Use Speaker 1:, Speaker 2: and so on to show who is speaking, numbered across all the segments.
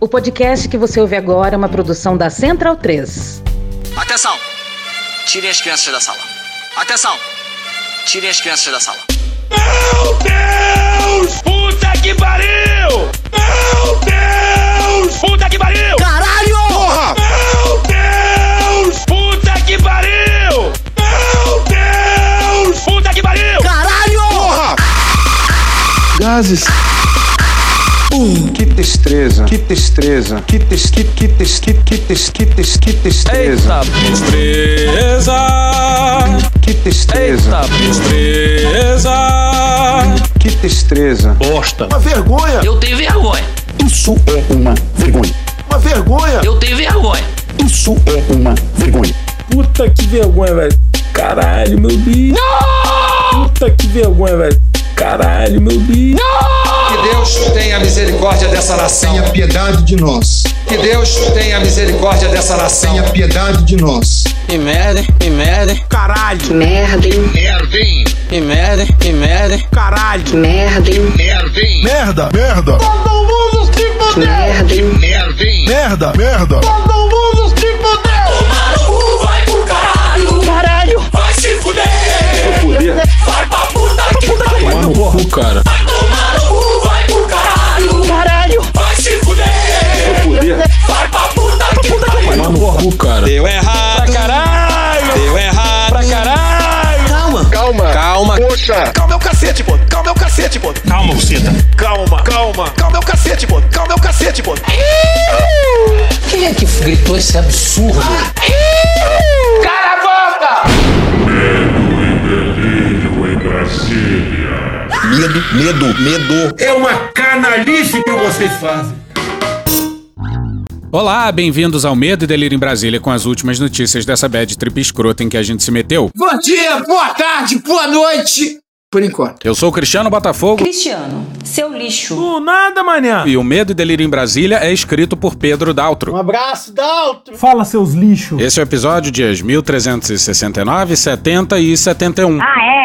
Speaker 1: O podcast que você ouve agora é uma produção da Central 3.
Speaker 2: Atenção! Tirem as crianças da sala. Atenção! Tirem as crianças da sala.
Speaker 3: Meu Deus! Puta que pariu! Meu Deus! Puta que pariu!
Speaker 2: Caralho!
Speaker 3: Porra! Meu Deus! Puta que pariu! Meu Deus! Puta que pariu!
Speaker 2: Caralho!
Speaker 3: Porra!
Speaker 4: gases. Que destreza, que destreza, que des, que que des, que que des, que des, que destreza. Que destreza, que destreza.
Speaker 5: Eu tenho vergonha.
Speaker 6: Isso é uma vergonha.
Speaker 5: Eu tenho vergonha.
Speaker 6: Isso é uma vergonha.
Speaker 7: Puta que vergonha, velho. Caralho, meu bicho. Puta que vergonha, velho. Caralho, meu bicho.
Speaker 8: Que Deus tenha misericórdia dessa nação. Tenha piedade de nós. Que Deus tenha misericórdia dessa nação. Tenha piedade.
Speaker 9: Que merda, hein? que merda, hein?
Speaker 7: Caralho,
Speaker 10: Merda, hein?
Speaker 9: que merda, hein? que merda. hein?
Speaker 7: caralho.
Speaker 10: merda, hein? merda, hein?
Speaker 3: O maluco vai pro caralho! Caralho! Vai se fuder! Vai pra puta que pariu! Vai no cu, cara! Vai tomar no cu, vai pro caralho! Caralho! Vai se fuder! Vai pra puta que tá pariu! Vai no cu, cara!
Speaker 8: Deu errado. Pra caralho. Deu errado. Pra caralho. Calma. Calma. Calma. Poxa. Calma é o cacete, pô. Calma é o cacete, pô. Calma, buceta. Calma. Calma. Calma é o cacete, pô. Calma é o cacete, pô.
Speaker 5: Quem é que gritou esse absurdo?
Speaker 3: É uma canalice que vocês fazem!
Speaker 11: Olá, bem-vindos ao Medo e Delírio em Brasília com as últimas notícias dessa bad trip escrota em que a gente se meteu.
Speaker 5: Bom dia, boa tarde, boa noite. Por enquanto.
Speaker 11: Eu sou o Cristiano Botafogo
Speaker 10: Cristiano, seu lixo.
Speaker 7: Do nada, manhã.
Speaker 11: e o Medo e Delírio em Brasília é escrito por Pedro
Speaker 5: Um
Speaker 11: Daltro.
Speaker 7: Fala, seus lixos.
Speaker 11: Esse é o episódio dias 1369, 70 e 71.
Speaker 10: Ah, é?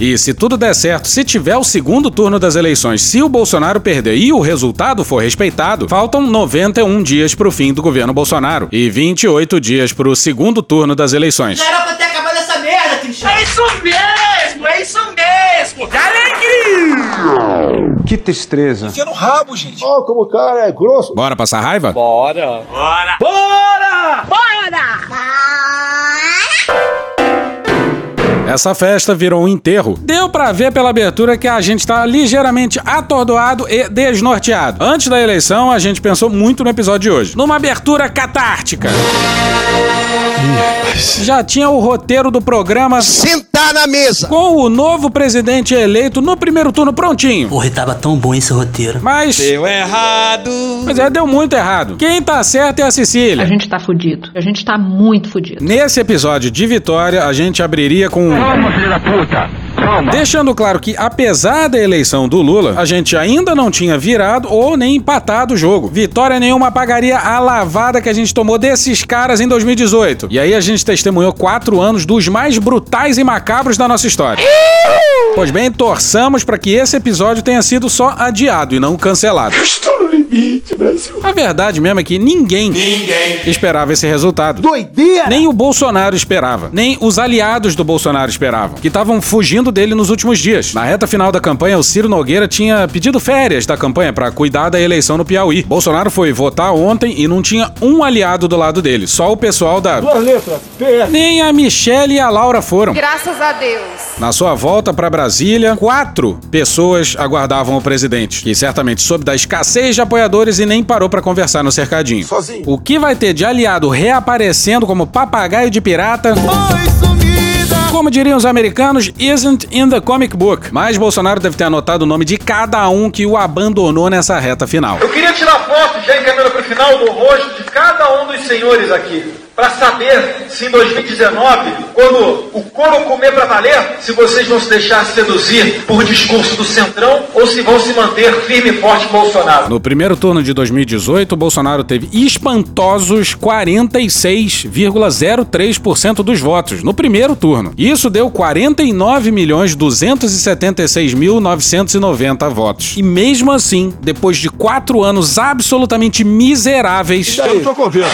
Speaker 11: E se tudo der certo, se tiver o segundo turno das eleições, se o Bolsonaro perder e o resultado for respeitado, faltam 91 dias pro fim do governo Bolsonaro e 28 dias pro segundo turno das eleições.
Speaker 5: Era pra ter acabado essa merda, Cristiano.
Speaker 4: Que destreza.
Speaker 11: Bora passar raiva? Essa festa virou um enterro. Deu pra ver pela abertura que a gente tá ligeiramente atordoado e desnorteado. Antes da eleição, a gente pensou muito no episódio de hoje. Numa abertura catártica. Já tinha o roteiro do programa
Speaker 3: Sentar na mesa!
Speaker 11: com o novo presidente eleito no primeiro turno prontinho.
Speaker 9: Porra, tava tão bom esse roteiro.
Speaker 11: Mas,
Speaker 8: Deu errado.
Speaker 11: pois é, deu muito errado. Quem tá certo é a Cecília.
Speaker 10: A gente tá fudido. A gente tá muito fudido.
Speaker 11: Nesse episódio de Vitória, a gente abriria com. um. Deixando claro que, apesar da eleição do Lula, a gente ainda não tinha virado ou nem empatado o jogo. Vitória nenhuma pagaria a lavada que a gente tomou desses caras em 2018. E aí a gente testemunhou quatro anos dos mais brutais e macabros da nossa história. Pois bem, torçamos para que esse episódio tenha sido só adiado e não cancelado.
Speaker 3: Estou no limite, Brasil!
Speaker 11: A verdade mesmo é que ninguém, ninguém. esperava esse resultado.
Speaker 3: Doideira!
Speaker 11: Nem o Bolsonaro esperava, nem os aliados do Bolsonaro esperavam, que estavam fugindo dele nos últimos dias. Na reta final da campanha, o Ciro Nogueira tinha pedido férias da campanha para cuidar da eleição no Piauí. Bolsonaro foi votar ontem e não tinha um aliado do lado dele, só o pessoal da.
Speaker 7: Duas letras. PF.
Speaker 11: Nem a Michelle e a Laura foram.
Speaker 10: Graças a Deus.
Speaker 11: Na sua volta para Brasília, quatro pessoas aguardavam o presidente, que certamente soube da escassez de apoiadores e nem parou para conversar no cercadinho.
Speaker 7: Sozinho.
Speaker 11: O que vai ter de aliado reaparecendo como papagaio de pirata? Como diriam os americanos, isn't in the comic book. Mas Bolsonaro deve ter anotado o nome de cada um que o abandonou nessa reta final.
Speaker 3: Eu queria tirar foto, já encaminhando pro final, do rosto de cada um dos senhores aqui.
Speaker 12: para saber se em 2019, quando o couro comer para valer, se vocês vão se deixar seduzir por discurso do Centrão ou se vão se manter firme e forte com Bolsonaro.
Speaker 11: No primeiro turno de 2018, o Bolsonaro teve espantosos 46,03% dos votos no primeiro turno. Isso deu 49.276.990 votos. E mesmo assim, depois de quatro anos absolutamente miseráveis,
Speaker 8: Eu tô com vento.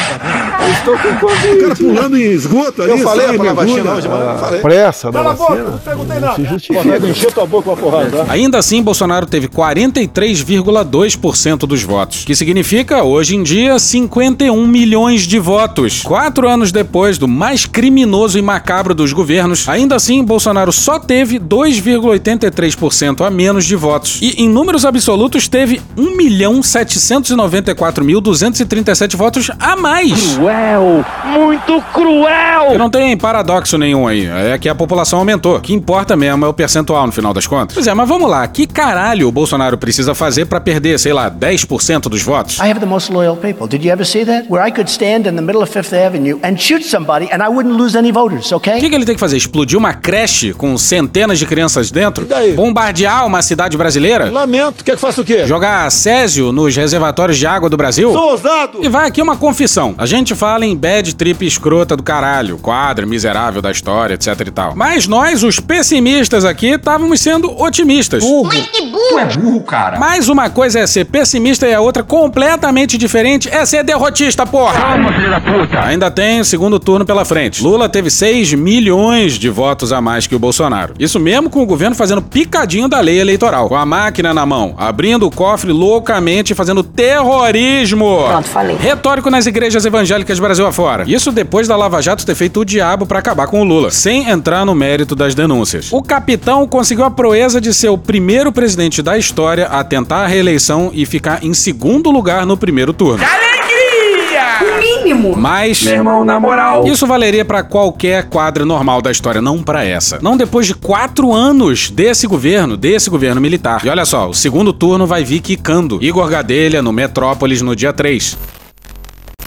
Speaker 8: Estou com Covid. O cara pulando em esgoto
Speaker 11: ali,
Speaker 8: Eu falei
Speaker 11: sai,
Speaker 8: a palavra
Speaker 11: mergulha.
Speaker 8: vacina
Speaker 11: Ah.
Speaker 8: hoje, mano. eu Falei.
Speaker 11: pressa da
Speaker 8: Cala a boca,
Speaker 11: vacina
Speaker 8: não perguntei nada. Consegue encher tua boca com uma porrada, tá?
Speaker 11: Ainda assim, Bolsonaro teve 43,2% dos votos, que significa, hoje em dia, 51 milhões de votos. Quatro anos depois do mais criminoso e macabro dos governos, ainda assim, Bolsonaro só teve 2,83% a menos de votos. E, em números absolutos, teve 1.794.237 votos a mais. Cruel! Muito cruel! não tem paradoxo nenhum aí. É que a população aumentou. O que importa mesmo é o percentual no final das contas. Pois é, mas vamos lá. Que caralho o Bolsonaro precisa fazer pra perder, sei lá, 10% dos votos?
Speaker 13: I have the most loyal people. Did you ever see that? Where I could stand in the middle of Fifth Avenue and shoot somebody and I wouldn't lose any voters,
Speaker 11: O
Speaker 13: okay?
Speaker 11: que, que ele tem que fazer? Explodir uma creche com centenas de crianças dentro? Bombardear uma cidade brasileira? Lamento. Quer que faça o quê? Jogar césio nos reservatórios de água do Brasil? Sou ousado! E vai aqui uma confissão. A gente fala em bad trip escrota do caralho, quadra miserável da história, etc e tal. Mas nós, os pessimistas aqui, estávamos sendo otimistas. Burro. Mas que burro! Tu é burro, cara. Mas uma coisa é ser pessimista e a outra completamente diferente é ser derrotista, porra! Calma, filho da puta! Tá, Ainda tem segundo turno pela frente. Lula teve 6 milhões de votos a mais que o Bolsonaro. Isso mesmo com o governo fazendo picadinho da lei eleitoral, com a máquina na mão, abrindo o cofre loucamente e fazendo terrorismo. Pronto, falei. Retórico nas igrejas evangélicas Brasil afora. Isso depois da Lava Jato ter feito o diabo pra acabar com o Lula, sem entrar no mérito das denúncias. O capitão conseguiu a proeza de ser o primeiro presidente da história a tentar a reeleição e ficar em segundo lugar no primeiro turno.
Speaker 3: O mínimo.
Speaker 11: Mas,
Speaker 3: Meu irmão, na moral.
Speaker 11: isso valeria pra qualquer quadra normal da história, não pra essa. Não depois de quatro anos desse governo, desse governo militar. E olha só, o segundo turno vai vir quicando. Igor Gadelha no Metrópolis no dia 3.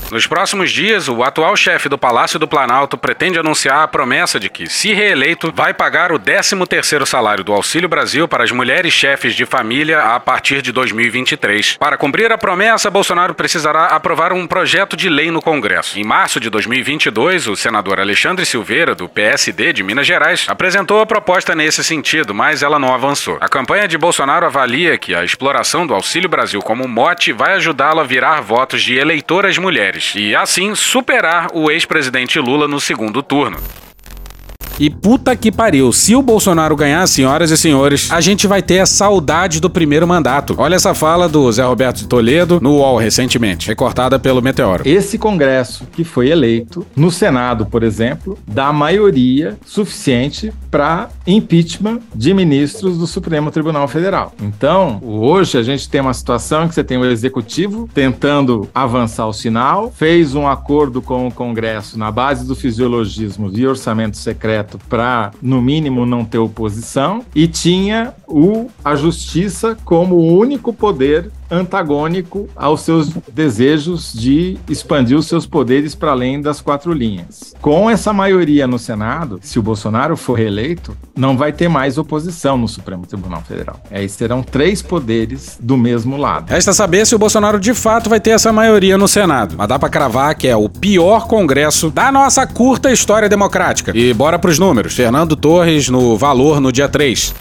Speaker 11: Nos próximos dias, o atual chefe do Palácio do Planalto pretende anunciar a promessa de que, se reeleito, vai pagar o 13º salário do Auxílio Brasil para as mulheres chefes de família a partir de 2023. Para cumprir a promessa, Bolsonaro precisará aprovar um projeto de lei no Congresso. Em março de 2022, o senador Alexandre Silveira, do PSD de Minas Gerais, apresentou a proposta nesse sentido, mas ela não avançou. A campanha de Bolsonaro avalia que a exploração do Auxílio Brasil como mote vai ajudá-lo a virar votos de eleitoras mulheres e, assim, superar o ex-presidente Lula no segundo turno. E puta que pariu, se o Bolsonaro ganhar, senhoras e senhores, a gente vai ter a saudade do primeiro mandato. Olha essa fala do Zé Roberto de Toledo no UOL recentemente, recortada pelo Meteoro.
Speaker 14: Esse Congresso que foi eleito, no Senado, por exemplo, dá maioria suficiente para impeachment de ministros do Supremo Tribunal Federal. Então, hoje a gente tem uma situação em que você tem o executivo tentando avançar o sinal, fez um acordo com o Congresso na base do fisiologismo e orçamento secreto para, no mínimo, não ter oposição, e tinha o, a justiça como o único poder antagônico aos seus desejos de expandir os seus poderes para além das quatro linhas. Com essa maioria no Senado, se o Bolsonaro for reeleito, não vai ter mais oposição no Supremo Tribunal Federal. Aí serão três poderes do mesmo lado.
Speaker 11: Resta saber se o Bolsonaro de fato vai ter essa maioria no Senado. Mas dá pra cravar que é o pior congresso da nossa curta história democrática. E bora pros números. Fernando Torres no Valor no dia 3.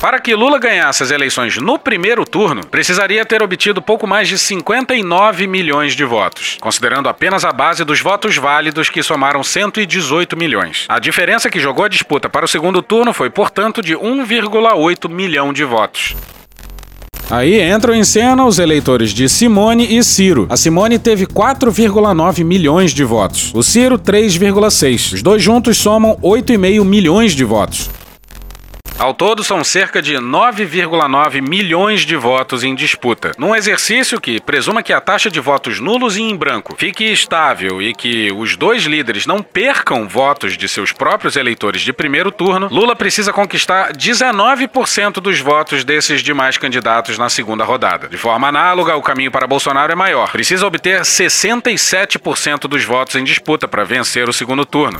Speaker 11: Para que Lula ganhasse as eleições no primeiro turno, precisaria ter obtido pouco mais de 59 milhões de votos, considerando apenas a base dos votos válidos, que somaram 118 milhões. A diferença que jogou a disputa para o segundo turno foi, portanto, de 1,8 milhão de votos. Aí entram em cena os eleitores de Simone e Ciro. A Simone teve 4,9 milhões de votos, o Ciro 3,6. Os dois juntos somam 8,5 milhões de votos. Ao todo, são cerca de 9,9 milhões de votos em disputa. Num exercício que presuma que a taxa de votos nulos e em branco fique estável e que os dois líderes não percam votos de seus próprios eleitores de primeiro turno, Lula precisa conquistar 19% dos votos desses demais candidatos na segunda rodada. De forma análoga, o caminho para Bolsonaro é maior. Precisa obter 67% dos votos em disputa para vencer o segundo turno.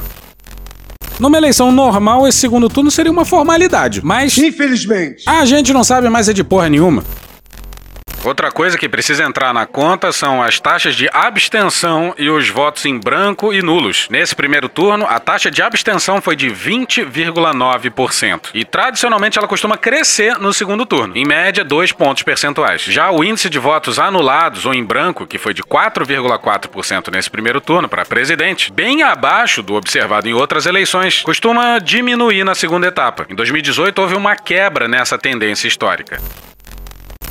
Speaker 11: Numa eleição normal, esse segundo turno seria uma formalidade, mas. Infelizmente. A gente não sabe mais é de porra nenhuma. Outra coisa que precisa entrar na conta são as taxas de abstenção e os votos em branco e nulos. Nesse primeiro turno, a taxa de abstenção foi de 20,9%. E tradicionalmente ela costuma crescer no segundo turno, em média 2 pontos percentuais. Já o índice de votos anulados ou em branco, que foi de 4,4% nesse primeiro turno para presidente, bem abaixo do observado em outras eleições, costuma diminuir na segunda etapa. Em 2018 houve uma quebra nessa tendência histórica.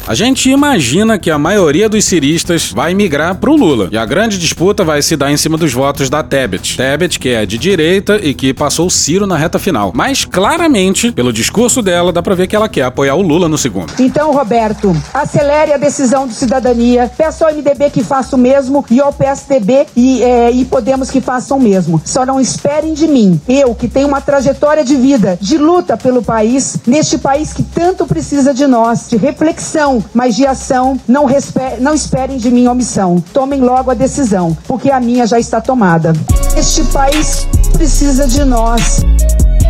Speaker 11: A gente imagina que a maioria dos ciristas vai migrar pro Lula. E a grande disputa vai se dar em cima dos votos da Tebet. Tebet, que é de direita e que passou o Ciro na reta final. Mas claramente, pelo discurso dela, dá pra ver que ela quer apoiar o Lula no segundo.
Speaker 15: Então, Roberto, acelere a decisão do cidadania. Peça ao MDB que faça o mesmo e ao PSDB e, é, e Podemos que façam o mesmo. Só não esperem de mim, eu que tenho uma trajetória de vida, de luta pelo país, neste país que tanto precisa de nós, de reflexão, mas de ação. Não, respe- não esperem de mim omissão. Tomem logo a decisão, porque a minha já está tomada. Este país precisa de nós.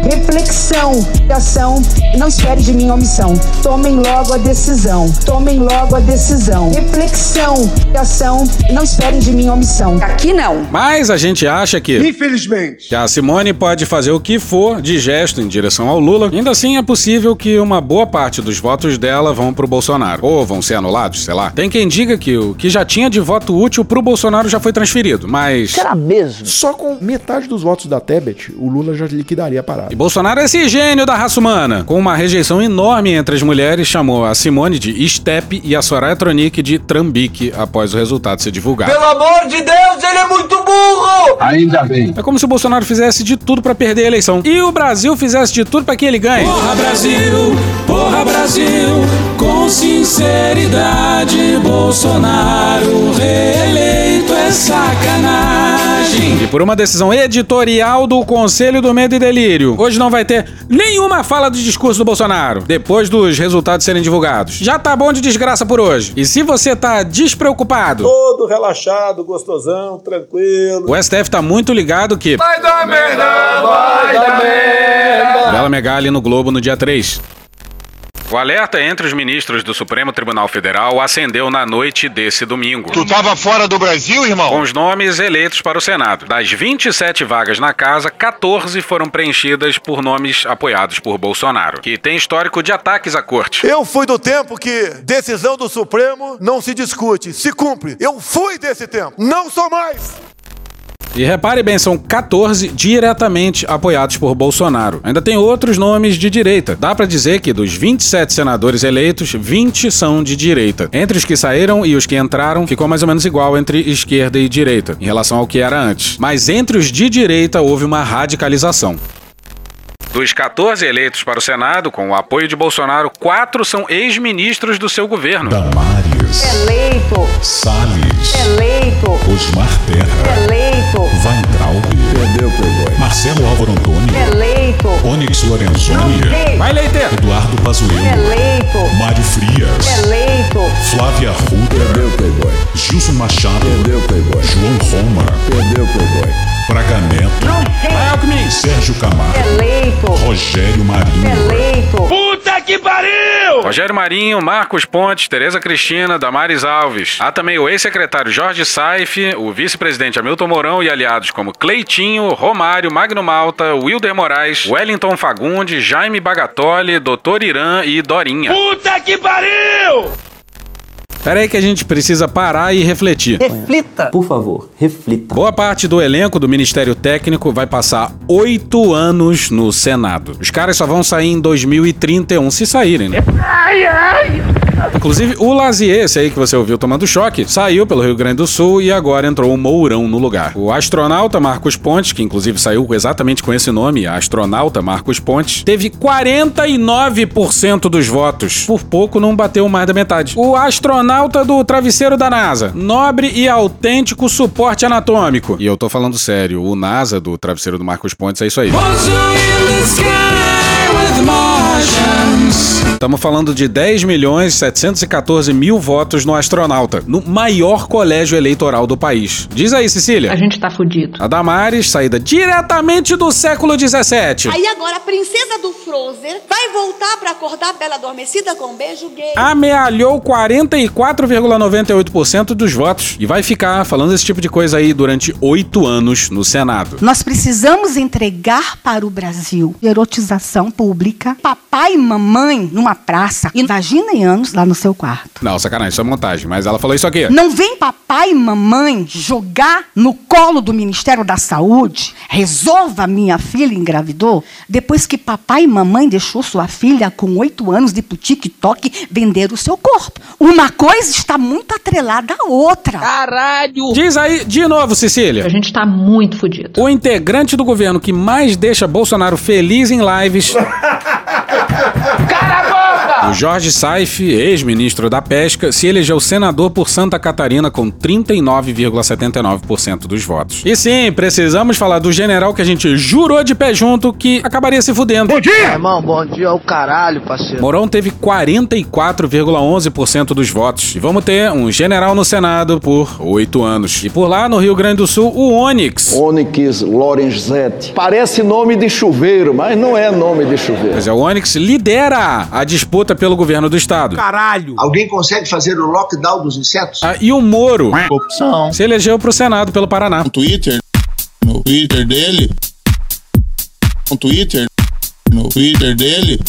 Speaker 15: Reflexão, de ação, não espere de mim omissão. Tomem logo a decisão. Tomem logo a decisão. Reflexão, de ação, não esperem de mim omissão. Aqui não.
Speaker 11: Mas a gente acha que. Infelizmente. Que a Simone pode fazer o que for de gesto em direção ao Lula. Ainda assim, é possível que uma boa parte dos votos dela vão pro Bolsonaro. Ou vão ser anulados, sei lá. Tem quem diga que o que já tinha de voto útil pro Bolsonaro já foi transferido, mas.
Speaker 16: Será mesmo? Só com metade dos votos da Tebet, o Lula já liquidaria a parada.
Speaker 11: E Bolsonaro é esse gênio da raça humana. Com uma rejeição enorme entre as mulheres, chamou a Simone de Step e a Soraya Tronic de Trambique após o resultado ser divulgado.
Speaker 3: Pelo amor de Deus, ele é muito burro!
Speaker 11: Ainda bem. É como se o Bolsonaro fizesse de tudo pra perder a eleição. E o Brasil fizesse de tudo pra que ele ganhe.
Speaker 3: Porra, Brasil, porra, Brasil, com sinceridade, Bolsonaro reeleito é sacanagem.
Speaker 11: E por uma decisão editorial do Conselho do Medo e Delírio, hoje não vai ter nenhuma fala do discurso do Bolsonaro, depois dos resultados serem divulgados. Já tá bom de desgraça por hoje. E se você tá despreocupado,
Speaker 17: Todo relaxado, gostosão, tranquilo.
Speaker 11: o STF tá muito ligado que
Speaker 3: Vai dar merda, vai dar merda.
Speaker 11: Bela Megali no Globo no dia 3. O alerta entre os ministros do Supremo Tribunal Federal acendeu na noite desse domingo.
Speaker 18: Tu tava fora do Brasil, irmão?
Speaker 11: Com os nomes eleitos para o Senado. Das 27 vagas na casa, 14 foram preenchidas por nomes apoiados por Bolsonaro, que tem histórico de ataques à corte.
Speaker 19: Eu fui do tempo que decisão do Supremo não se discute, se cumpre. Eu fui desse tempo, não sou mais.
Speaker 11: E repare bem, são 14 diretamente apoiados por Bolsonaro. Ainda tem outros nomes de direita. Dá pra dizer que dos 27 senadores eleitos, 20 são de direita. Entre os que saíram e os que entraram, ficou mais ou menos igual entre esquerda e direita, em relação ao que era antes. Mas entre os de direita houve uma radicalização. Dos 14 eleitos para o Senado, com o apoio de Bolsonaro, quatro são ex-ministros do seu governo.
Speaker 10: Eleito.
Speaker 20: Salles.
Speaker 10: Eleito.
Speaker 20: Osmar Terra.
Speaker 10: Eleito.
Speaker 20: Weintraub. Perdeu, Playboy. Marcelo Álvaro Antônio.
Speaker 10: Eleito.
Speaker 20: Onyx Lorenzoni.
Speaker 11: Vai, Leiteiro.
Speaker 20: Eduardo Pazuello.
Speaker 10: Eleito.
Speaker 20: Mário Frias.
Speaker 10: Eleito.
Speaker 20: Flávia Arruda. Perdeu, Playboy. Gilson Machado. Perdeu, Playboy. João Roma. Perdeu, Playboy. Braga Neto. Sérgio Camargo.
Speaker 10: Eleito.
Speaker 20: Rogério Marinho.
Speaker 10: Eleito.
Speaker 3: Puta que pariu!
Speaker 11: Rogério Marinho, Marcos Pontes, Tereza Cristina, Damares Alves. Há também o ex-secretário Jorge Saif, o vice-presidente Hamilton Mourão e aliados como Cleitinho, Romário, Magno Malta, Wilder Moraes, Wellington Fagundes, Jaime Bagatoli, Doutor Irã e Dorinha.
Speaker 3: Puta que pariu!
Speaker 11: Pera aí que a gente precisa parar e refletir.
Speaker 21: Reflita.
Speaker 11: Por favor, reflita. Boa parte do elenco do Ministério Técnico vai passar oito anos no um, Senado. Os caras só vão sair em 2031, se saírem, né?
Speaker 3: Ai, ai!
Speaker 11: Inclusive, o Lazier, esse aí que você ouviu tomando choque, saiu pelo Rio Grande do Sul e agora entrou o Mourão no lugar. O astronauta Marcos Pontes, que inclusive saiu exatamente com esse nome, astronauta Marcos Pontes, teve 49% dos votos. Por pouco não bateu mais da metade. O astronauta do travesseiro da NASA, nobre e autêntico suporte anatômico. E eu tô falando sério, o NASA do travesseiro do Marcos Pontes é isso aí. Estamos falando de 10 milhões 714 mil votos no astronauta, no maior colégio eleitoral do país. Diz aí, Cecília.
Speaker 1: A gente tá fudido.
Speaker 11: A Damares, saída diretamente do século 17.
Speaker 21: Aí agora a princesa do Frozen vai voltar pra acordar a Bela Adormecida com um beijo gay.
Speaker 11: Amealhou 44,98% dos votos e vai ficar falando esse tipo de coisa aí durante oito anos no Senado.
Speaker 22: Nós precisamos entregar para o Brasil erotização pública, papai e mamãe numa praça e vagina e anos lá no seu quarto.
Speaker 11: Não, sacanagem, isso é montagem, mas ela falou isso aqui.
Speaker 22: Não vem papai e mamãe jogar no colo do Ministério da Saúde, resolva minha filha engravidou, depois que papai e mamãe deixou sua filha com oito anos de pro TikTok vender o seu corpo. Uma coisa está muito atrelada à outra.
Speaker 23: Ah,
Speaker 11: Caralho! Diz aí de novo, Cecília.
Speaker 1: A gente tá muito fudido.
Speaker 11: O integrante do governo que mais deixa Bolsonaro feliz em lives. O Jorge Saif, ex-ministro da Pesca, se elegeu senador por Santa Catarina com 39,79% dos votos. E sim, precisamos falar do general que a gente jurou de pé junto que acabaria se fudendo. Bom
Speaker 24: dia! Irmão, bom dia ao caralho, parceiro.
Speaker 11: Mourão teve 44,11% dos votos. E vamos ter um general no Senado por oito anos. E por lá, no Rio Grande do Sul, o Onyx.
Speaker 25: Onyx Lorenzetti. Parece nome de chuveiro, mas não é nome de chuveiro.
Speaker 11: Pois é, o Onyx lidera a disputa pelo governo do estado.
Speaker 24: Caralho! Alguém consegue fazer o lockdown dos insetos?
Speaker 11: Ah, e o Moro
Speaker 24: Corrupção.
Speaker 11: se elegeu pro Senado pelo Paraná.
Speaker 26: No Twitter, no Twitter dele, no Twitter, no Twitter dele.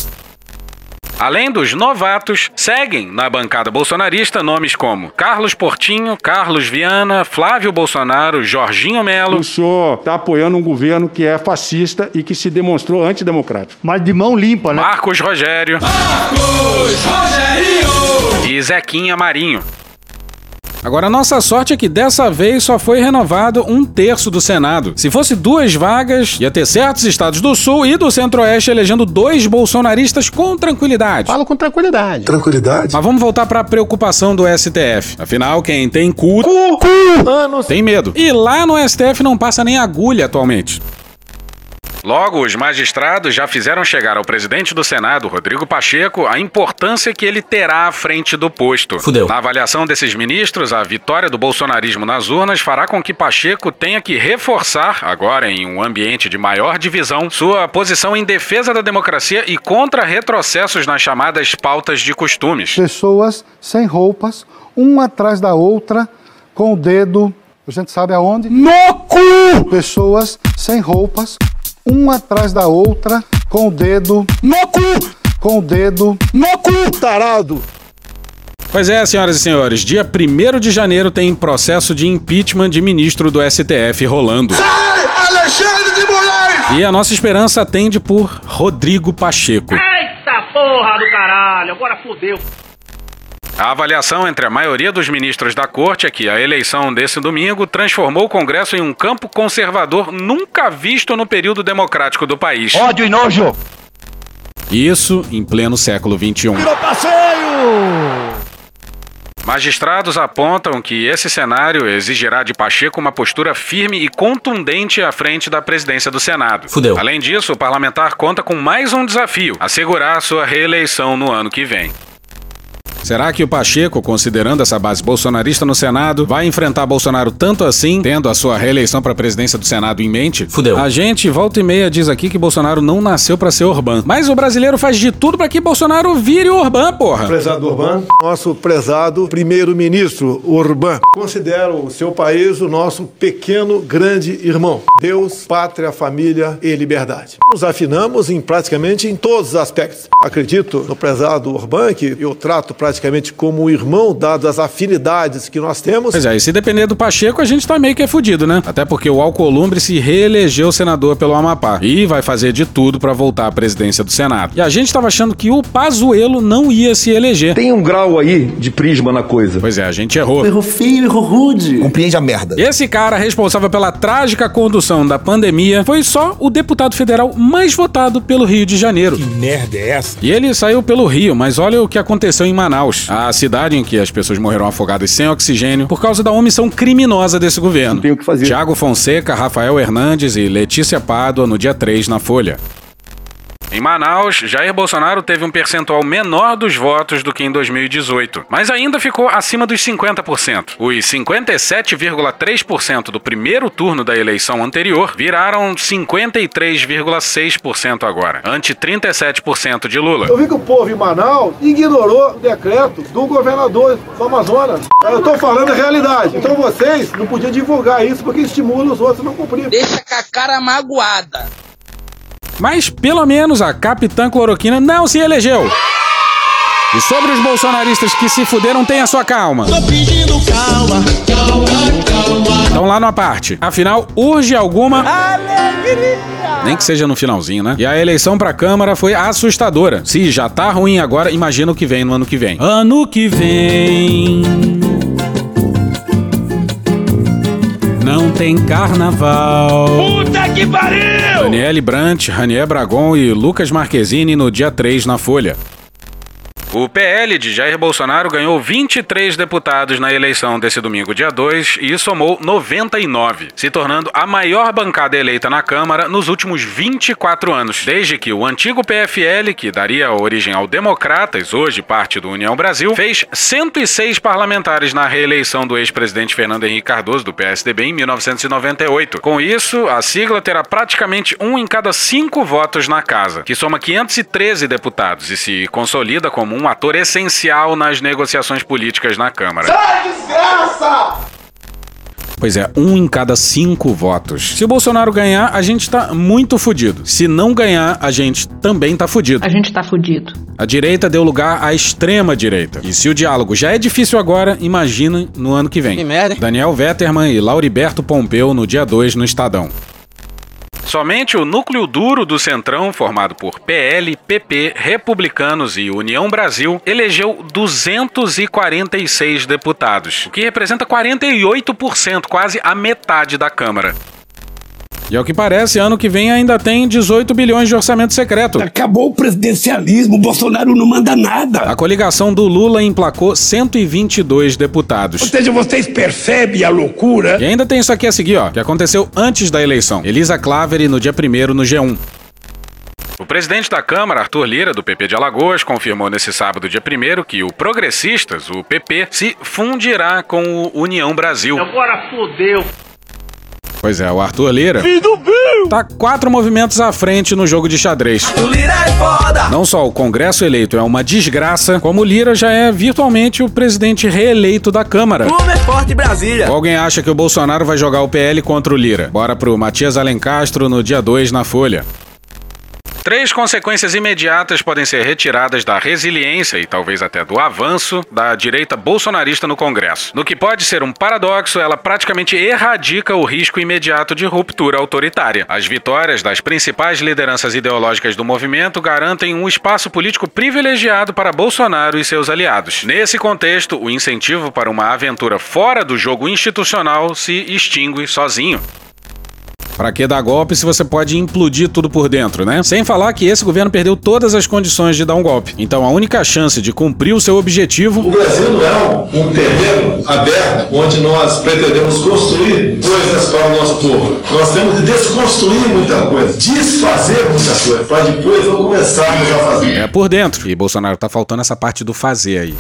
Speaker 11: Além dos novatos, seguem na bancada bolsonarista nomes como Carlos Portinho, Carlos Viana, Flávio Bolsonaro, Jorginho Melo.
Speaker 27: O senhor está apoiando um governo que é fascista e que se demonstrou antidemocrático.
Speaker 11: Mas de mão limpa, né? Marcos Rogério. Marcos Rogério! E Zequinha Marinho. Agora, nossa sorte é que dessa vez só foi renovado um terço do Senado. Se fosse duas vagas, ia ter certos estados do Sul e do Centro-Oeste elegendo dois bolsonaristas com tranquilidade.
Speaker 27: Falo com tranquilidade.
Speaker 11: Tranquilidade? Mas vamos voltar pra preocupação do STF. Afinal, quem tem cu, cu, cu anos. tem medo. E lá no STF não passa nem agulha atualmente. Logo, os magistrados já fizeram chegar ao presidente do Senado, Rodrigo Pacheco, a importância que ele terá à frente do posto.
Speaker 9: Fudeu.
Speaker 11: Na avaliação desses ministros, a vitória do bolsonarismo nas urnas fará com que Pacheco tenha que reforçar, agora em um ambiente de maior divisão, sua posição em defesa da democracia e contra retrocessos nas chamadas pautas de costumes.
Speaker 23: Pessoas sem roupas, uma atrás da outra, com o dedo, a gente sabe aonde?
Speaker 11: No cu!
Speaker 23: Pessoas sem roupas, uma atrás da outra, com o dedo
Speaker 11: no cu,
Speaker 23: com o dedo
Speaker 11: no cu, tarado. Pois é, senhoras e senhores, dia 1 de janeiro tem processo de impeachment de ministro do STF rolando.
Speaker 3: Sai, Alexandre de Moraes!
Speaker 11: E a nossa esperança atende por Rodrigo Pacheco.
Speaker 28: Eita porra do caralho, agora fodeu.
Speaker 11: A avaliação entre a maioria dos ministros da corte é que a eleição desse domingo transformou o Congresso em um campo conservador nunca visto no período democrático do país.
Speaker 25: Ódio e nojo!
Speaker 11: Isso em pleno século um. XXI.
Speaker 25: Virou passeio!
Speaker 11: Magistrados apontam que esse cenário exigirá de Pacheco uma postura firme e contundente à frente da presidência do Senado.
Speaker 9: Fudeu.
Speaker 11: Além disso, o parlamentar conta com mais um desafio: assegurar sua reeleição no ano que vem. Será que o Pacheco, considerando essa base bolsonarista no Senado, vai enfrentar Bolsonaro tanto assim, tendo a sua reeleição para a presidência do Senado em mente?
Speaker 9: Fudeu.
Speaker 11: A gente volta e meia diz aqui que Bolsonaro não nasceu para ser Orbán. Mas o brasileiro faz de tudo para que Bolsonaro vire Orbán, porra.
Speaker 19: Prezado Urbano, nosso prezado primeiro-ministro Urbano, considero o seu país o nosso pequeno grande irmão. Deus, pátria, família e liberdade. Nos afinamos em praticamente em todos os aspectos. Acredito no prezado Urbano, que eu trato praticamente praticamente como um irmão, dado as afinidades que nós temos.
Speaker 11: Pois é, e se depender do Pacheco, a gente tá meio que é fudido, né? Até porque o Alcolumbre se reelegeu senador pelo Amapá e vai fazer de tudo pra voltar à presidência do Senado. E a gente tava achando que o Pazuello não ia se eleger.
Speaker 2: Tem um grau aí de prisma na coisa.
Speaker 11: Pois é, a gente errou.
Speaker 2: Errou feio, errou rude. Compreende a merda.
Speaker 11: Esse cara responsável pela trágica condução da pandemia foi só o deputado federal mais votado pelo Rio de Janeiro.
Speaker 2: Merda é essa?
Speaker 11: E ele saiu pelo Rio, mas olha o que aconteceu em Manaus, a cidade em que as pessoas morreram afogadas sem oxigênio por causa da omissão criminosa desse governo.
Speaker 2: Tem o que fazer.
Speaker 11: Tiago Fonseca, Rafael Hernandes e Letícia Pádua no dia 3 na Folha. Em Manaus, Jair Bolsonaro teve um percentual menor dos votos do que em 2018, mas ainda ficou acima dos 50%. Os 57,3% do primeiro turno da eleição anterior viraram 53,6% agora, ante 37% de Lula.
Speaker 17: Eu vi que o povo em Manaus ignorou o decreto do governador do Amazonas. Eu tô falando a realidade. Então vocês não podiam divulgar isso porque estimula os outros a não cumprir.
Speaker 4: Deixa com a cara magoada.
Speaker 11: Mas pelo menos a Capitã Cloroquina não se elegeu. E sobre os bolsonaristas que se fuderam, tenha sua calma.
Speaker 3: Tô pedindo calma, calma, calma.
Speaker 11: Então lá numa parte. Afinal, urge alguma. Nem que seja no finalzinho, né? E a eleição pra Câmara foi assustadora. Se já tá ruim agora, imagina o que vem no ano que vem. Ano que vem. Não tem carnaval.
Speaker 3: Puta que pariu!
Speaker 11: Daniele Brant, Ranier Bragon e Lucas Marquezine no dia 3 na Folha. O PL de Jair Bolsonaro ganhou 23 deputados na eleição desse domingo, dia 2, e somou 99, se tornando a maior bancada eleita na Câmara nos últimos 24 anos, desde que o antigo PFL, que daria origem ao Democratas, hoje parte do União Brasil, fez 106 parlamentares na reeleição do ex-presidente Fernando Henrique Cardoso, do PSDB, em 1998. Com isso, a sigla terá praticamente um em cada cinco votos na casa, que soma 513 deputados e se consolida como um ator essencial nas negociações políticas na Câmara.
Speaker 3: Sai, desgraça!
Speaker 11: Pois é, um em cada cinco votos. Se o Bolsonaro ganhar, a gente tá muito fudido. Se não ganhar, a gente também tá fudido.
Speaker 1: A gente tá fudido.
Speaker 11: A direita deu lugar à extrema direita. E se o diálogo já é difícil agora, imagina no ano que vem.
Speaker 9: Que merda, hein?
Speaker 11: Daniel Vetterman e Lauriberto Pompeu no dia 2 no Estadão. Somente o núcleo duro do Centrão, formado por PL, PP, Republicanos e União Brasil, elegeu 246 deputados, o que representa 48%, quase a metade da Câmara. E ao que parece, ano que vem ainda tem 18 bilhões de orçamento secreto.
Speaker 5: Acabou o presidencialismo, o Bolsonaro não manda nada.
Speaker 11: A coligação do Lula emplacou 122 deputados.
Speaker 5: Ou seja, vocês percebem a loucura?
Speaker 11: E ainda tem isso aqui a seguir, ó, que aconteceu antes da eleição. Elisa Claveri no dia 1 no G1. O presidente da Câmara, Arthur Lira, do PP de Alagoas, confirmou nesse sábado, dia 1 que o Progressistas, o PP, se fundirá com o União Brasil.
Speaker 28: Agora fudeu.
Speaker 11: Pois é, o Arthur Lira tá quatro movimentos à frente no jogo de xadrez.
Speaker 3: O Lira é foda!
Speaker 11: Não só o Congresso eleito é uma desgraça, como o Lira já é virtualmente o presidente reeleito da Câmara.
Speaker 3: Como é forte Brasília!
Speaker 11: Ou alguém acha que o Bolsonaro vai jogar o PL contra o Lira? Bora pro Matias Alencastro no dia 2 na Folha. Três consequências imediatas podem ser retiradas da resiliência e talvez até do avanço da direita bolsonarista no Congresso. No que pode ser um paradoxo, ela praticamente erradica o risco imediato de ruptura autoritária. As vitórias das principais lideranças ideológicas do movimento garantem um espaço político privilegiado para Bolsonaro e seus aliados. Nesse contexto, o incentivo para uma aventura fora do jogo institucional se extingue sozinho. Pra que dar golpe se você pode implodir tudo por dentro, né? Sem falar que esse governo perdeu todas as condições de dar um golpe. Então a única chance de cumprir o seu
Speaker 6: O
Speaker 11: objetivo.
Speaker 6: Brasil não é um, um terreno aberto onde nós pretendemos construir coisas para o nosso povo. Nós temos de desconstruir muita coisa, desfazer muita coisa, para depois não começarmos a fazer.
Speaker 11: É por dentro. E Bolsonaro tá faltando essa parte do fazer aí.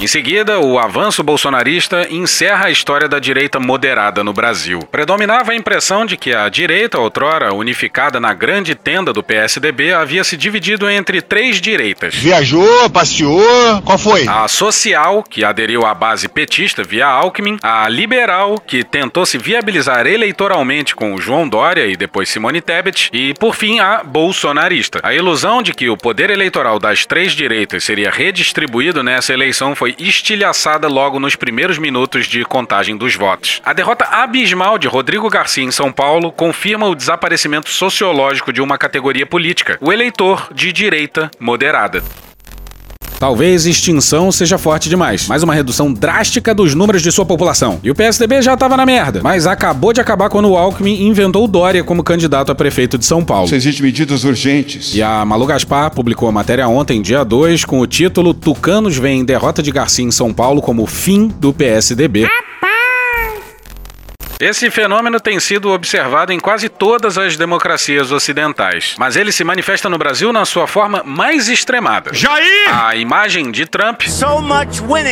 Speaker 11: Em seguida, o avanço bolsonarista encerra a história da direita moderada no Brasil. Predominava a impressão de que a direita, outrora unificada na grande tenda do PSDB, havia se dividido entre três direitas.
Speaker 7: Viajou, passeou, qual foi?
Speaker 11: A social, que aderiu à base petista via Alckmin, a liberal, que tentou se viabilizar eleitoralmente com o João Dória e depois Simone Tebet, e por fim a bolsonarista. A ilusão de que o poder eleitoral das três direitas seria redistribuído nessa eleição foi estilhaçada logo nos primeiros minutos de contagem dos votos. A derrota abismal de Rodrigo Garcia em São Paulo confirma o desaparecimento sociológico de uma categoria política, o eleitor de direita moderada. Talvez extinção seja forte demais, mas uma redução drástica dos números de sua população. E o PSDB já estava na merda, mas acabou de acabar quando o Alckmin inventou o Dória como candidato a prefeito de São Paulo.
Speaker 26: Existem medidas urgentes.
Speaker 11: E a Malu Gaspar publicou a matéria ontem, dia 2, com o título Tucanos veem derrota de Garcia em São Paulo como fim do PSDB. Esse fenômeno tem sido observado em quase todas as democracias ocidentais, mas ele se manifesta no Brasil na sua forma mais extremada. Jair! A imagem de Trump.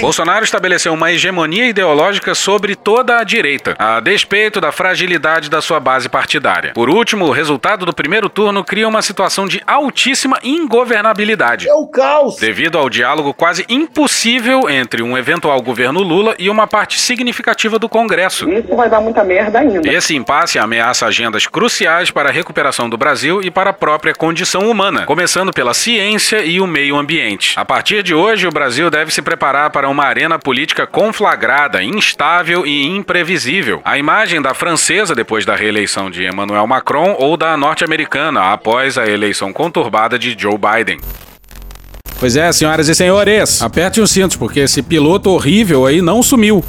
Speaker 11: Bolsonaro estabeleceu uma hegemonia ideológica sobre toda a direita, a despeito da fragilidade da sua base partidária. Por último, o resultado do primeiro turno cria uma situação de altíssima ingovernabilidade. É o caos. Devido ao diálogo quase impossível entre um eventual governo Lula e uma parte significativa do Congresso.
Speaker 8: Isso vai dar muita merda ainda.
Speaker 11: Esse impasse ameaça agendas cruciais para a recuperação do Brasil e para a própria condição humana, começando pela ciência e o meio ambiente. A partir de hoje, o Brasil deve se preparar para uma arena política conflagrada, instável e imprevisível. A imagem da francesa depois da reeleição de Emmanuel Macron ou da norte-americana após a eleição conturbada de Joe Biden. Pois é, senhoras e senhores, aperte os cintos, porque esse piloto horrível aí não sumiu.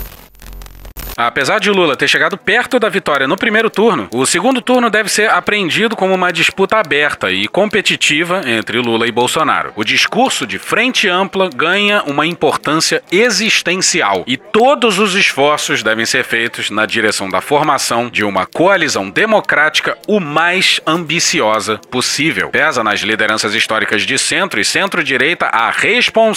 Speaker 11: Apesar de Lula ter chegado perto da vitória no primeiro turno, o segundo turno deve ser apreendido como uma disputa aberta e competitiva entre Lula e Bolsonaro. O discurso de frente ampla ganha uma importância existencial e todos os esforços devem ser feitos na direção da formação de uma coalizão democrática o mais ambiciosa possível. Pesa nas lideranças históricas de centro e centro-direita a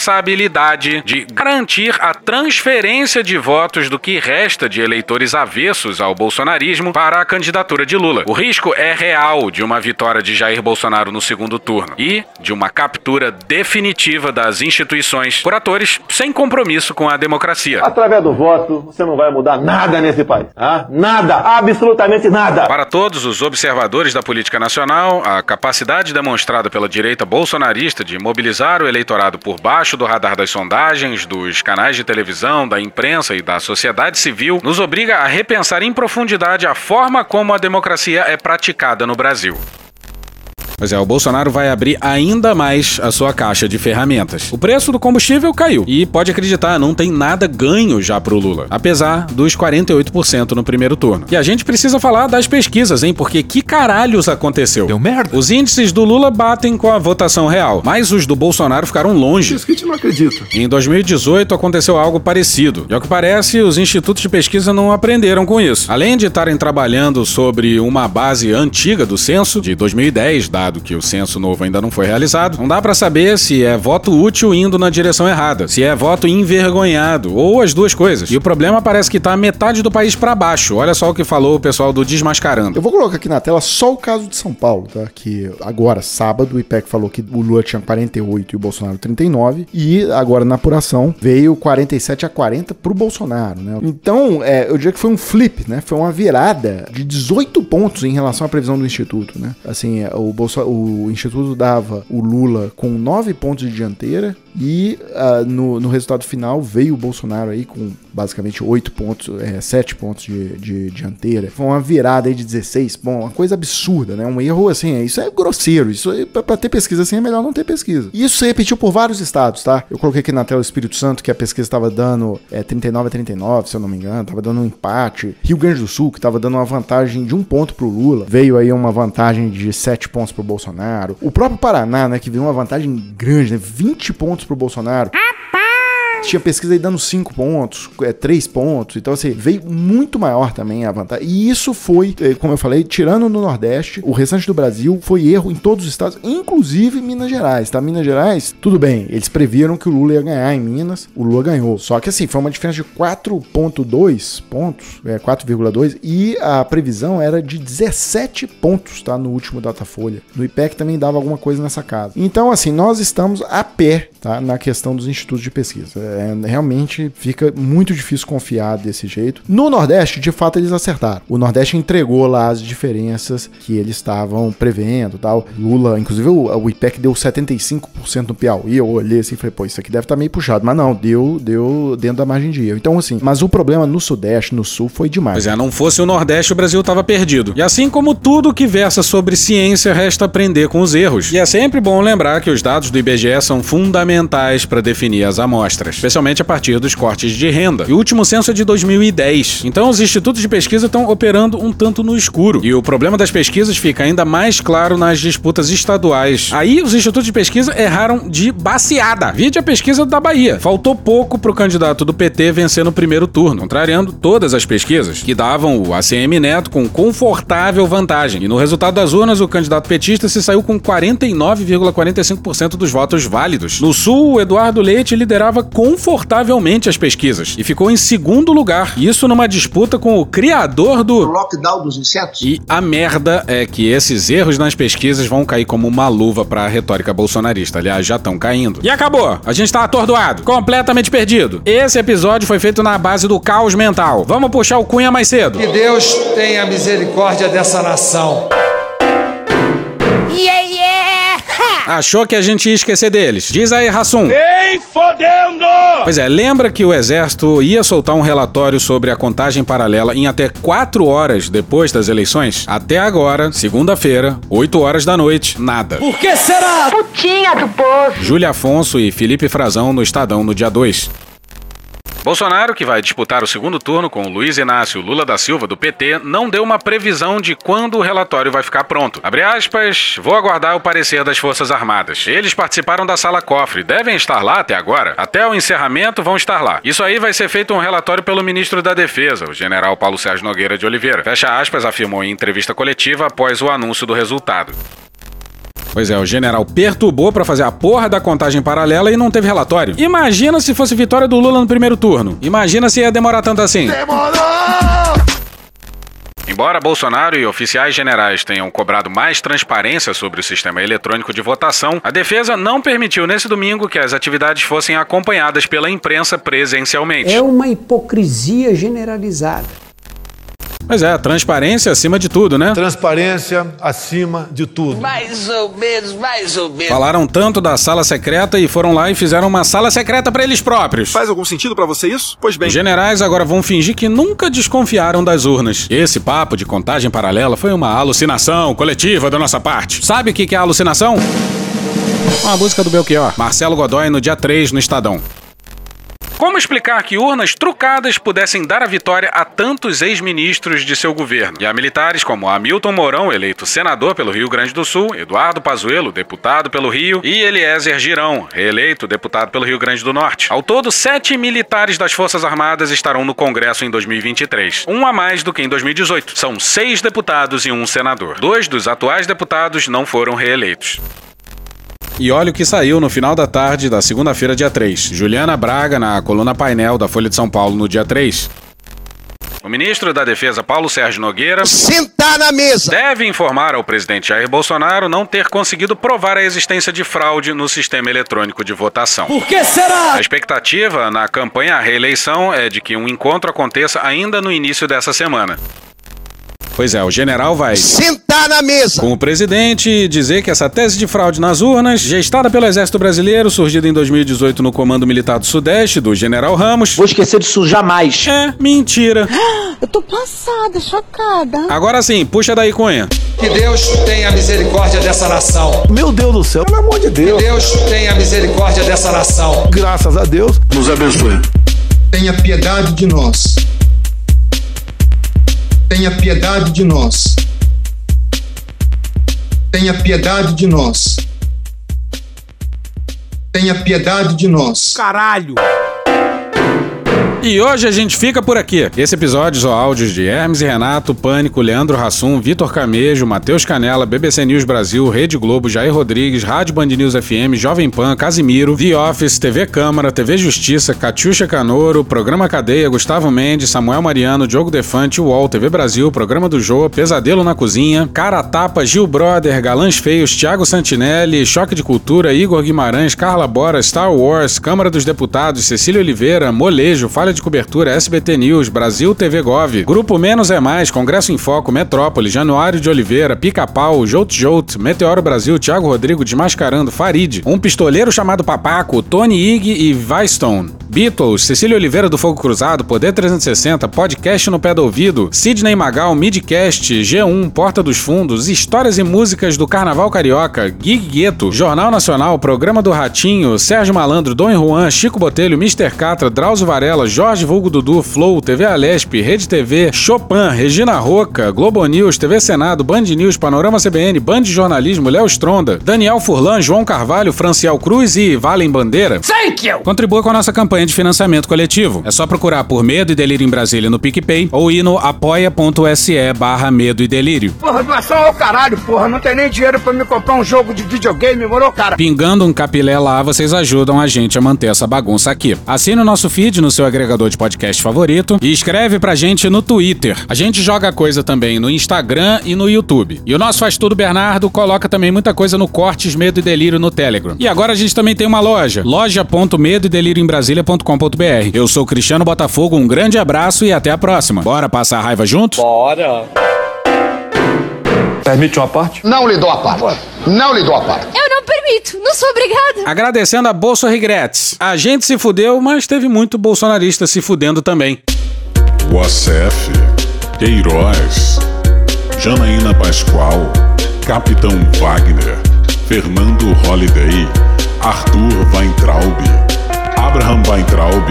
Speaker 11: responsabilidade de garantir a transferência de votos do que resta de eleitores avessos ao bolsonarismo para a candidatura de Lula. O risco é real de uma vitória de Jair Bolsonaro no segundo turno e de uma captura definitiva das instituições por atores sem compromisso com a democracia.
Speaker 12: Através do voto, você não vai mudar nada nesse país. Ah? Nada, absolutamente nada.
Speaker 11: Para todos os observadores da política nacional, a capacidade demonstrada pela direita bolsonarista de mobilizar o eleitorado por baixo do radar das sondagens, dos canais de televisão, da imprensa e da sociedade civil nos obriga a repensar em profundidade a forma como a democracia é praticada no Brasil. Pois é, o Bolsonaro vai abrir ainda mais a sua caixa de ferramentas. O preço do combustível caiu e pode acreditar, não tem nada ganho já pro Lula, apesar dos 48% no primeiro turno. E a gente precisa falar das pesquisas, hein? Porque que caralhos aconteceu? Deu merda. Os índices do Lula batem com a votação real, mas os do Bolsonaro ficaram longe.
Speaker 19: Isso que a gente não acredita.
Speaker 11: Em 2018 aconteceu algo parecido. E ao que parece, os institutos de pesquisa não aprenderam com isso. Além de estarem trabalhando sobre uma base antiga do censo de 2010, dado que o censo novo ainda não foi realizado, não dá pra saber se é voto útil indo na direção errada, se é voto envergonhado ou as duas coisas. E o problema parece que tá metade do país pra baixo. Olha só o que falou o pessoal do Desmascarando.
Speaker 13: Eu vou colocar aqui na tela só o caso de São Paulo, tá? Que agora, sábado, o IPEC falou que o Lula tinha 48 e o Bolsonaro 39. E agora na apuração veio 47 a 40 pro Bolsonaro, né? Então, é, eu diria que foi um flip, né? Foi uma virada de 18 pontos em relação à previsão do Instituto, né? Assim, é, o, Bolso o Instituto dava o Lula com 9 pontos de dianteira e ah, no, no resultado final veio o Bolsonaro aí com basicamente 8 pontos, é, 7 pontos de, de dianteira. Foi uma virada aí de 16 pontos, uma coisa absurda, né? Um erro assim, é, isso é grosseiro. Isso é, pra, pra ter pesquisa assim é melhor não ter pesquisa. E isso se repetiu por vários estados, tá? Eu coloquei aqui na tela o Espírito Santo, que a pesquisa estava dando é, 39 a 39, se eu não me engano, estava dando um empate. Rio Grande do Sul, que estava dando uma vantagem de um ponto pro Lula, veio aí uma vantagem de 7 pontos pro Bolsonaro. O próprio Paraná, né, que viu uma vantagem grande, né? 20 pontos pro Bolsonaro. Tinha pesquisa aí dando 5 pontos, 3 pontos. Então, assim, veio muito maior também a vantagem. E isso foi, eh, como eu falei, tirando no Nordeste, o restante do Brasil foi erro em todos os estados, inclusive em Minas Gerais, tá? Minas Gerais, tudo bem, eles previram que o Lula ia ganhar em Minas, o Lula ganhou. Só que, assim, foi uma diferença de 4,2 pontos, é, 4,2, e a previsão era de 17 pontos, tá? No último Datafolha. No IPEC também dava alguma coisa nessa casa. Então, assim, nós estamos a pé, tá? Na questão dos institutos de pesquisa. É, realmente fica muito difícil confiar desse jeito. No Nordeste, de fato, eles acertaram. O Nordeste entregou lá as diferenças que eles estavam prevendo tal. Lula, inclusive, o, o IPEC deu 75% no Piauí. Eu olhei assim e falei, pô, isso aqui deve estar meio puxado. Mas não, deu, deu dentro da margem de erro. Então, assim, mas o problema no Sudeste, no Sul, foi demais.
Speaker 11: Pois é, não fosse o Nordeste, o Brasil tava perdido. E assim como tudo que versa sobre ciência, resta aprender com os erros. E é sempre bom lembrar que os dados do IBGE são fundamentais para definir as amostras, especialmente a partir dos cortes de renda. E o último censo é de 2010. Então os institutos de pesquisa estão operando um tanto no escuro. E o problema das pesquisas fica ainda mais claro nas disputas estaduais. Aí os institutos de pesquisa erraram de baseada. Vide a pesquisa da Bahia. Faltou pouco pro candidato do PT vencer no primeiro turno, contrariando todas as pesquisas, que davam o ACM Neto com confortável vantagem. E no resultado das urnas, o candidato petista se saiu com 49,45% dos votos válidos. No Sul, o Eduardo Leite liderava confortavelmente as pesquisas e ficou em segundo lugar. Isso numa disputa com o criador do
Speaker 24: lockdown dos insetos.
Speaker 11: E a merda é que esses erros nas pesquisas vão cair como uma luva pra retórica bolsonarista. Aliás, já estão caindo. E acabou. A gente tá atordoado, completamente perdido. Esse episódio foi feito na base do caos mental. Vamos puxar o cunha mais cedo.
Speaker 8: Que Deus tenha misericórdia dessa nação.
Speaker 11: Yeah, Achou que a gente ia esquecer deles? Diz aí, Rassum.
Speaker 8: Nem fodendo!
Speaker 11: Pois é, lembra que o Exército ia soltar um relatório sobre a contagem paralela em até 4 horas depois das eleições? Até agora, segunda-feira, 8 horas da noite, nada.
Speaker 8: Por que será? Putinha do povo.
Speaker 11: Júlia Afonso e Felipe Frazão no Estadão no dia 2. Bolsonaro, que vai disputar o segundo turno com Luiz Inácio Lula da Silva, do PT, não deu uma previsão de quando o relatório vai ficar pronto. Abre aspas, vou aguardar o parecer das Forças Armadas. Eles participaram da sala cofre, devem estar lá até agora. Até o encerramento vão estar lá. Isso aí vai ser feito um relatório pelo ministro da Defesa, o general Paulo Sérgio Nogueira de Oliveira. Fecha aspas, afirmou em entrevista coletiva após o anúncio do resultado. Pois é, o general perturbou pra fazer a porra da contagem paralela e não teve relatório. Imagina se fosse vitória do Lula no primeiro turno. Imagina se ia demorar tanto assim. Embora Bolsonaro e oficiais generais tenham cobrado mais transparência sobre o sistema eletrônico de votação, a defesa não permitiu nesse domingo que as atividades fossem acompanhadas pela imprensa presencialmente.
Speaker 10: É uma hipocrisia generalizada.
Speaker 11: Pois é, transparência acima de tudo, né?
Speaker 19: Transparência acima de tudo.
Speaker 4: Mais ou menos, mais ou menos.
Speaker 11: Falaram tanto da sala secreta e foram lá e fizeram uma sala secreta pra eles próprios.
Speaker 2: Faz algum sentido pra você isso? Pois bem.
Speaker 11: Os generais agora vão fingir que nunca desconfiaram das urnas. Esse papo de contagem paralela foi uma alucinação coletiva da nossa parte. Sabe o que que é alucinação? Uma música do Belchior. Marcelo Godoy no dia 3 no Estadão. Como explicar que urnas trucadas pudessem dar a vitória a tantos ex-ministros de seu governo? E a militares como Hamilton Mourão, eleito senador pelo Rio Grande do Sul, Eduardo Pazuello, deputado pelo Rio, e Eliezer Girão, reeleito deputado pelo Rio Grande do Norte. Ao todo, sete militares das Forças Armadas estarão no Congresso em 2023, um a mais do que em 2018. São seis deputados e um senador. Dois dos atuais deputados não foram reeleitos. E olha o que saiu no final da tarde da segunda-feira, dia 3. Juliana Braga, na coluna painel da Folha de São Paulo, no dia 3. O ministro da Defesa, Paulo Sérgio Nogueira,
Speaker 8: Sentar na mesa.
Speaker 11: deve informar ao presidente Jair Bolsonaro não ter conseguido provar a existência de fraude no sistema eletrônico de votação.
Speaker 8: Por que será?
Speaker 11: A expectativa na campanha à reeleição é de que um encontro aconteça ainda no início dessa semana. Pois é, o general vai
Speaker 8: Sentar na mesa.
Speaker 11: com o presidente e dizer que essa tese de fraude nas urnas, gestada pelo Exército Brasileiro, surgida em 2018 no Comando Militar do Sudeste, do general Ramos. Vou esquecer disso jamais. É mentira.
Speaker 14: Eu tô passada, chocada.
Speaker 11: Agora sim, puxa daí, Cunha.
Speaker 8: Que Deus tenha misericórdia dessa nação. Meu Deus do céu. Pelo amor de Deus. Que Deus tenha misericórdia dessa nação. Graças a Deus. Nos abençoe.
Speaker 15: Tenha piedade de nós. Tenha piedade de nós. Tenha piedade de nós. Tenha piedade de nós.
Speaker 8: Caralho.
Speaker 11: E hoje a gente fica por aqui. Esse episódio só áudios de Hermes e Renato, Pânico, Leandro Hassum, Vitor Camejo, Matheus Canela, BBC News Brasil, Rede Globo, Jair Rodrigues, Rádio Band News FM, Jovem Pan, Casimiro, The Office, TV Câmara, TV Justiça, Catiuxa Canoro, Programa Cadeia, Gustavo Mendes, Samuel Mariano, Diogo Defante, UOL, TV Brasil, Programa do Jô, Pesadelo na Cozinha, Cara Tapa, Gil Brother, Galãs Feios, Thiago Santinelli, Choque de Cultura, Igor Guimarães, Carla Bora, Star Wars, Câmara dos Deputados, Cecília Oliveira, Molejo, Falha de Cobertura, SBT News, Brasil TV Gov, Grupo Menos é Mais, Congresso em Foco, Metrópole, Januário de Oliveira, Pica-Pau, Jout Jout, Meteoro Brasil, Thiago Rodrigo Desmascarando, Farid, Um Pistoleiro Chamado Papaco, Tony Ig e Vystone, Beatles, Cecília Oliveira do Fogo Cruzado, Poder 360, Podcast no Pé do Ouvido, Sidney Magal, Midcast, G1, Porta dos Fundos, Histórias e Músicas do Carnaval Carioca, Gig Gueto, Jornal Nacional, Programa do Ratinho, Sérgio Malandro, Dom Juan, Chico Botelho, Mr. Catra, Drauzio Varela, Jorge Vulgo Dudu, Flow, TV Alesp, Rede TV, Chopin, Regina Roca, Globo News, TV Senado, Band News, Panorama CBN, Band Jornalismo, Léo Stronda, Daniel Furlan, João Carvalho, Franciel Cruz e Valem Bandeira. Thank you! Contribua com a nossa campanha de financiamento coletivo. É só procurar por Medo e Delírio em Brasília no PicPay ou ir no apoia.se barra Medo e Delírio.
Speaker 16: Porra, doação ao caralho, porra. Não tem nem dinheiro pra me comprar um jogo de videogame, moro, cara?
Speaker 11: Pingando um capilé lá, vocês ajudam a gente a manter essa bagunça aqui. Assine o nosso feed no seu agregador de podcast favorito e escreve pra gente no Twitter. A gente joga coisa também no Instagram e no YouTube. E o nosso Faz Tudo Bernardo coloca também muita coisa no Cortes Medo e Delírio no Telegram. E agora a gente também tem uma loja, loja.medoedelirioembrasilha.com.br. Eu sou Cristiano Botafogo, um grande abraço e até a próxima. Bora passar a raiva juntos? Bora!
Speaker 18: Permite uma parte?
Speaker 20: Não lhe dou a parte. Não lhe dou a parte.
Speaker 21: Eu não permito, não sou obrigada.
Speaker 11: Agradecendo a Bolsa Regrets. A gente se fudeu, mas teve muito bolsonarista se fudendo também.
Speaker 22: Boacef, Queiroz, Janaína Pascoal, Capitão Wagner, Fernando Holliday, Arthur Weintraub, Abraham Weintraub,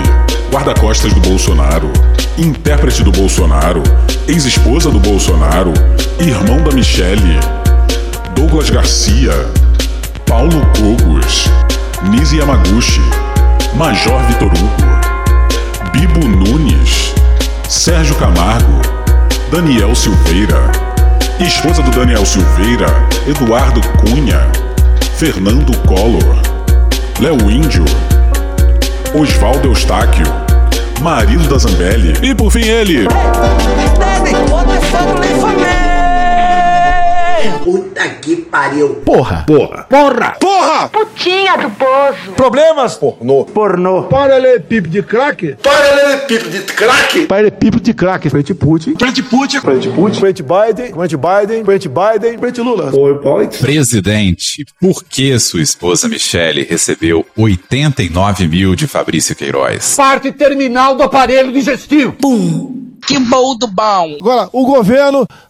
Speaker 22: guarda-costas do Bolsonaro, intérprete do Bolsonaro, ex-esposa do Bolsonaro, irmão da Michelle, Douglas Garcia, Paulo Cogos, Nise Yamaguchi, Major Vitor Hugo, Bibo Nunes, Sérgio Camargo, Daniel Silveira, esposa do Daniel Silveira, Eduardo Cunha, Fernando Collor, Léo Índio, Oswaldo Eustáquio, marido da Zambelli, e por fim ele.
Speaker 25: Puta que pariu.
Speaker 13: Porra. Porra.
Speaker 25: Porra.
Speaker 22: Porra!
Speaker 25: Putinha do poço.
Speaker 22: Problemas?
Speaker 25: Pornô.
Speaker 22: Pornô.
Speaker 25: Paralelepípedo de craque.
Speaker 22: Paralelepípedo de craque.
Speaker 25: Paralelepípedo de craque.
Speaker 22: Frente Putin. Frente Putin.
Speaker 25: Frente Putin.
Speaker 22: Frente Biden. Frente Biden. Frente Biden. Frente Lula.
Speaker 25: PowerPoint.
Speaker 27: Presidente, por que sua esposa Michele recebeu 89 mil de Fabrício Queiroz?
Speaker 25: Parte terminal do aparelho digestivo.
Speaker 23: Pum. Que bom do bom.
Speaker 22: Agora, o governo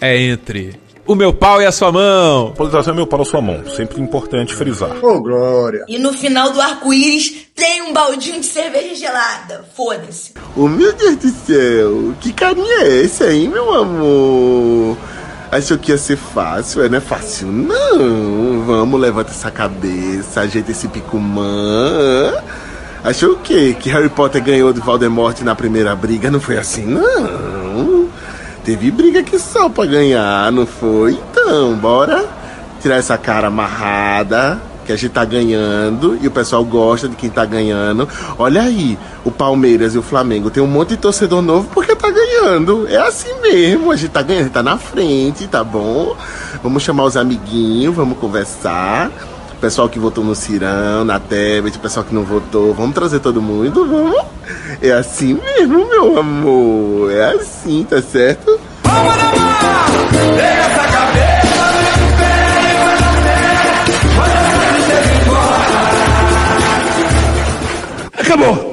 Speaker 27: é entre o meu pau e a sua mão.
Speaker 22: Polarização é meu pau e sua mão. Sempre é importante frisar.
Speaker 25: Ô, oh, Glória.
Speaker 23: E no final do arco-íris tem um baldinho de cerveja gelada. Foda-se.
Speaker 22: Oh, meu Deus do céu. Que carinha é esse aí, meu amor? Achou que ia ser fácil, não é fácil não. Vamos, levanta essa cabeça, ajeita esse picumã. Achou o quê? Que Harry Potter ganhou de Voldemort na primeira briga? Não foi assim, não. Teve briga que só pra ganhar, não foi? Então, bora tirar essa cara amarrada, que a gente tá ganhando e o pessoal gosta de quem tá ganhando. Olha aí, o Palmeiras e o Flamengo tem um monte de torcedor novo porque tá ganhando. É assim mesmo, a gente tá ganhando, a gente tá na frente, tá bom? Vamos chamar os amiguinhos, vamos conversar. O pessoal que votou no Cirão, na Tebet, o pessoal que não votou, vamos trazer todo mundo, vamos? É assim mesmo, meu amor. É assim, tá certo?
Speaker 3: Vamos na barra! Pega essa cabeça no espelho e vai na fé. Manda essa tristeza embora.
Speaker 19: Acabou!